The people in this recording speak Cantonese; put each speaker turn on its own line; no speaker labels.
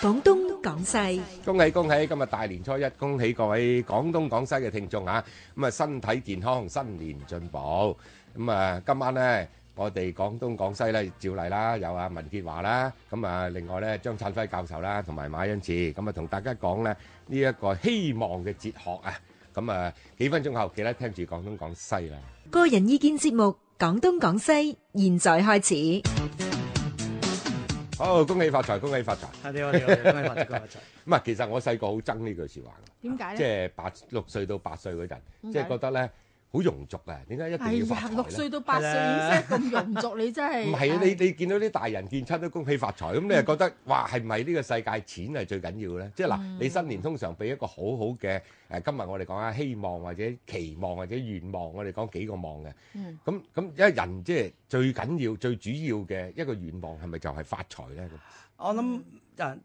廣東廣西
恭喜恭喜！今日大年初一，恭喜各位廣東廣西嘅聽眾啊！咁啊，身體健康，新年進步。咁啊，今晚咧，我哋廣東廣西咧，照例啦，有阿文潔華啦，咁啊，另外咧，張燦輝教授啦，同埋馬恩賜，咁啊，同大家講咧呢一個希望嘅哲學啊！咁啊，幾分鐘後記得聽住廣東廣西啦。
個人意見節目《廣東廣西》，現在開始。
好，恭喜發財，恭喜發財！
啊！你好，你好，你好恭喜發財，恭喜發財！
咁啊，其實我細個好憎呢句説話㗎。
點解
即
咧？
係八六歲到八歲嗰陣，
點
即
解哎
係覺得咧好庸俗啊！點解一定要發
呀，六
財咧？
歲到八歲已經識咁庸俗，你真係嗯
唔係啊！你你見到啲大人見親都恭喜發財，咁你又覺得哇係咪呢個世界錢係最緊要咧？即係
嗯
嗱，你新年通常俾一個好好嘅誒，今日我哋講下希望或者期望或者願望，我哋講幾個望嘅。
嗯
咁咁，因為人即係最緊要最主要嘅一個願望係咪就係發財咧？咁
我諗啊，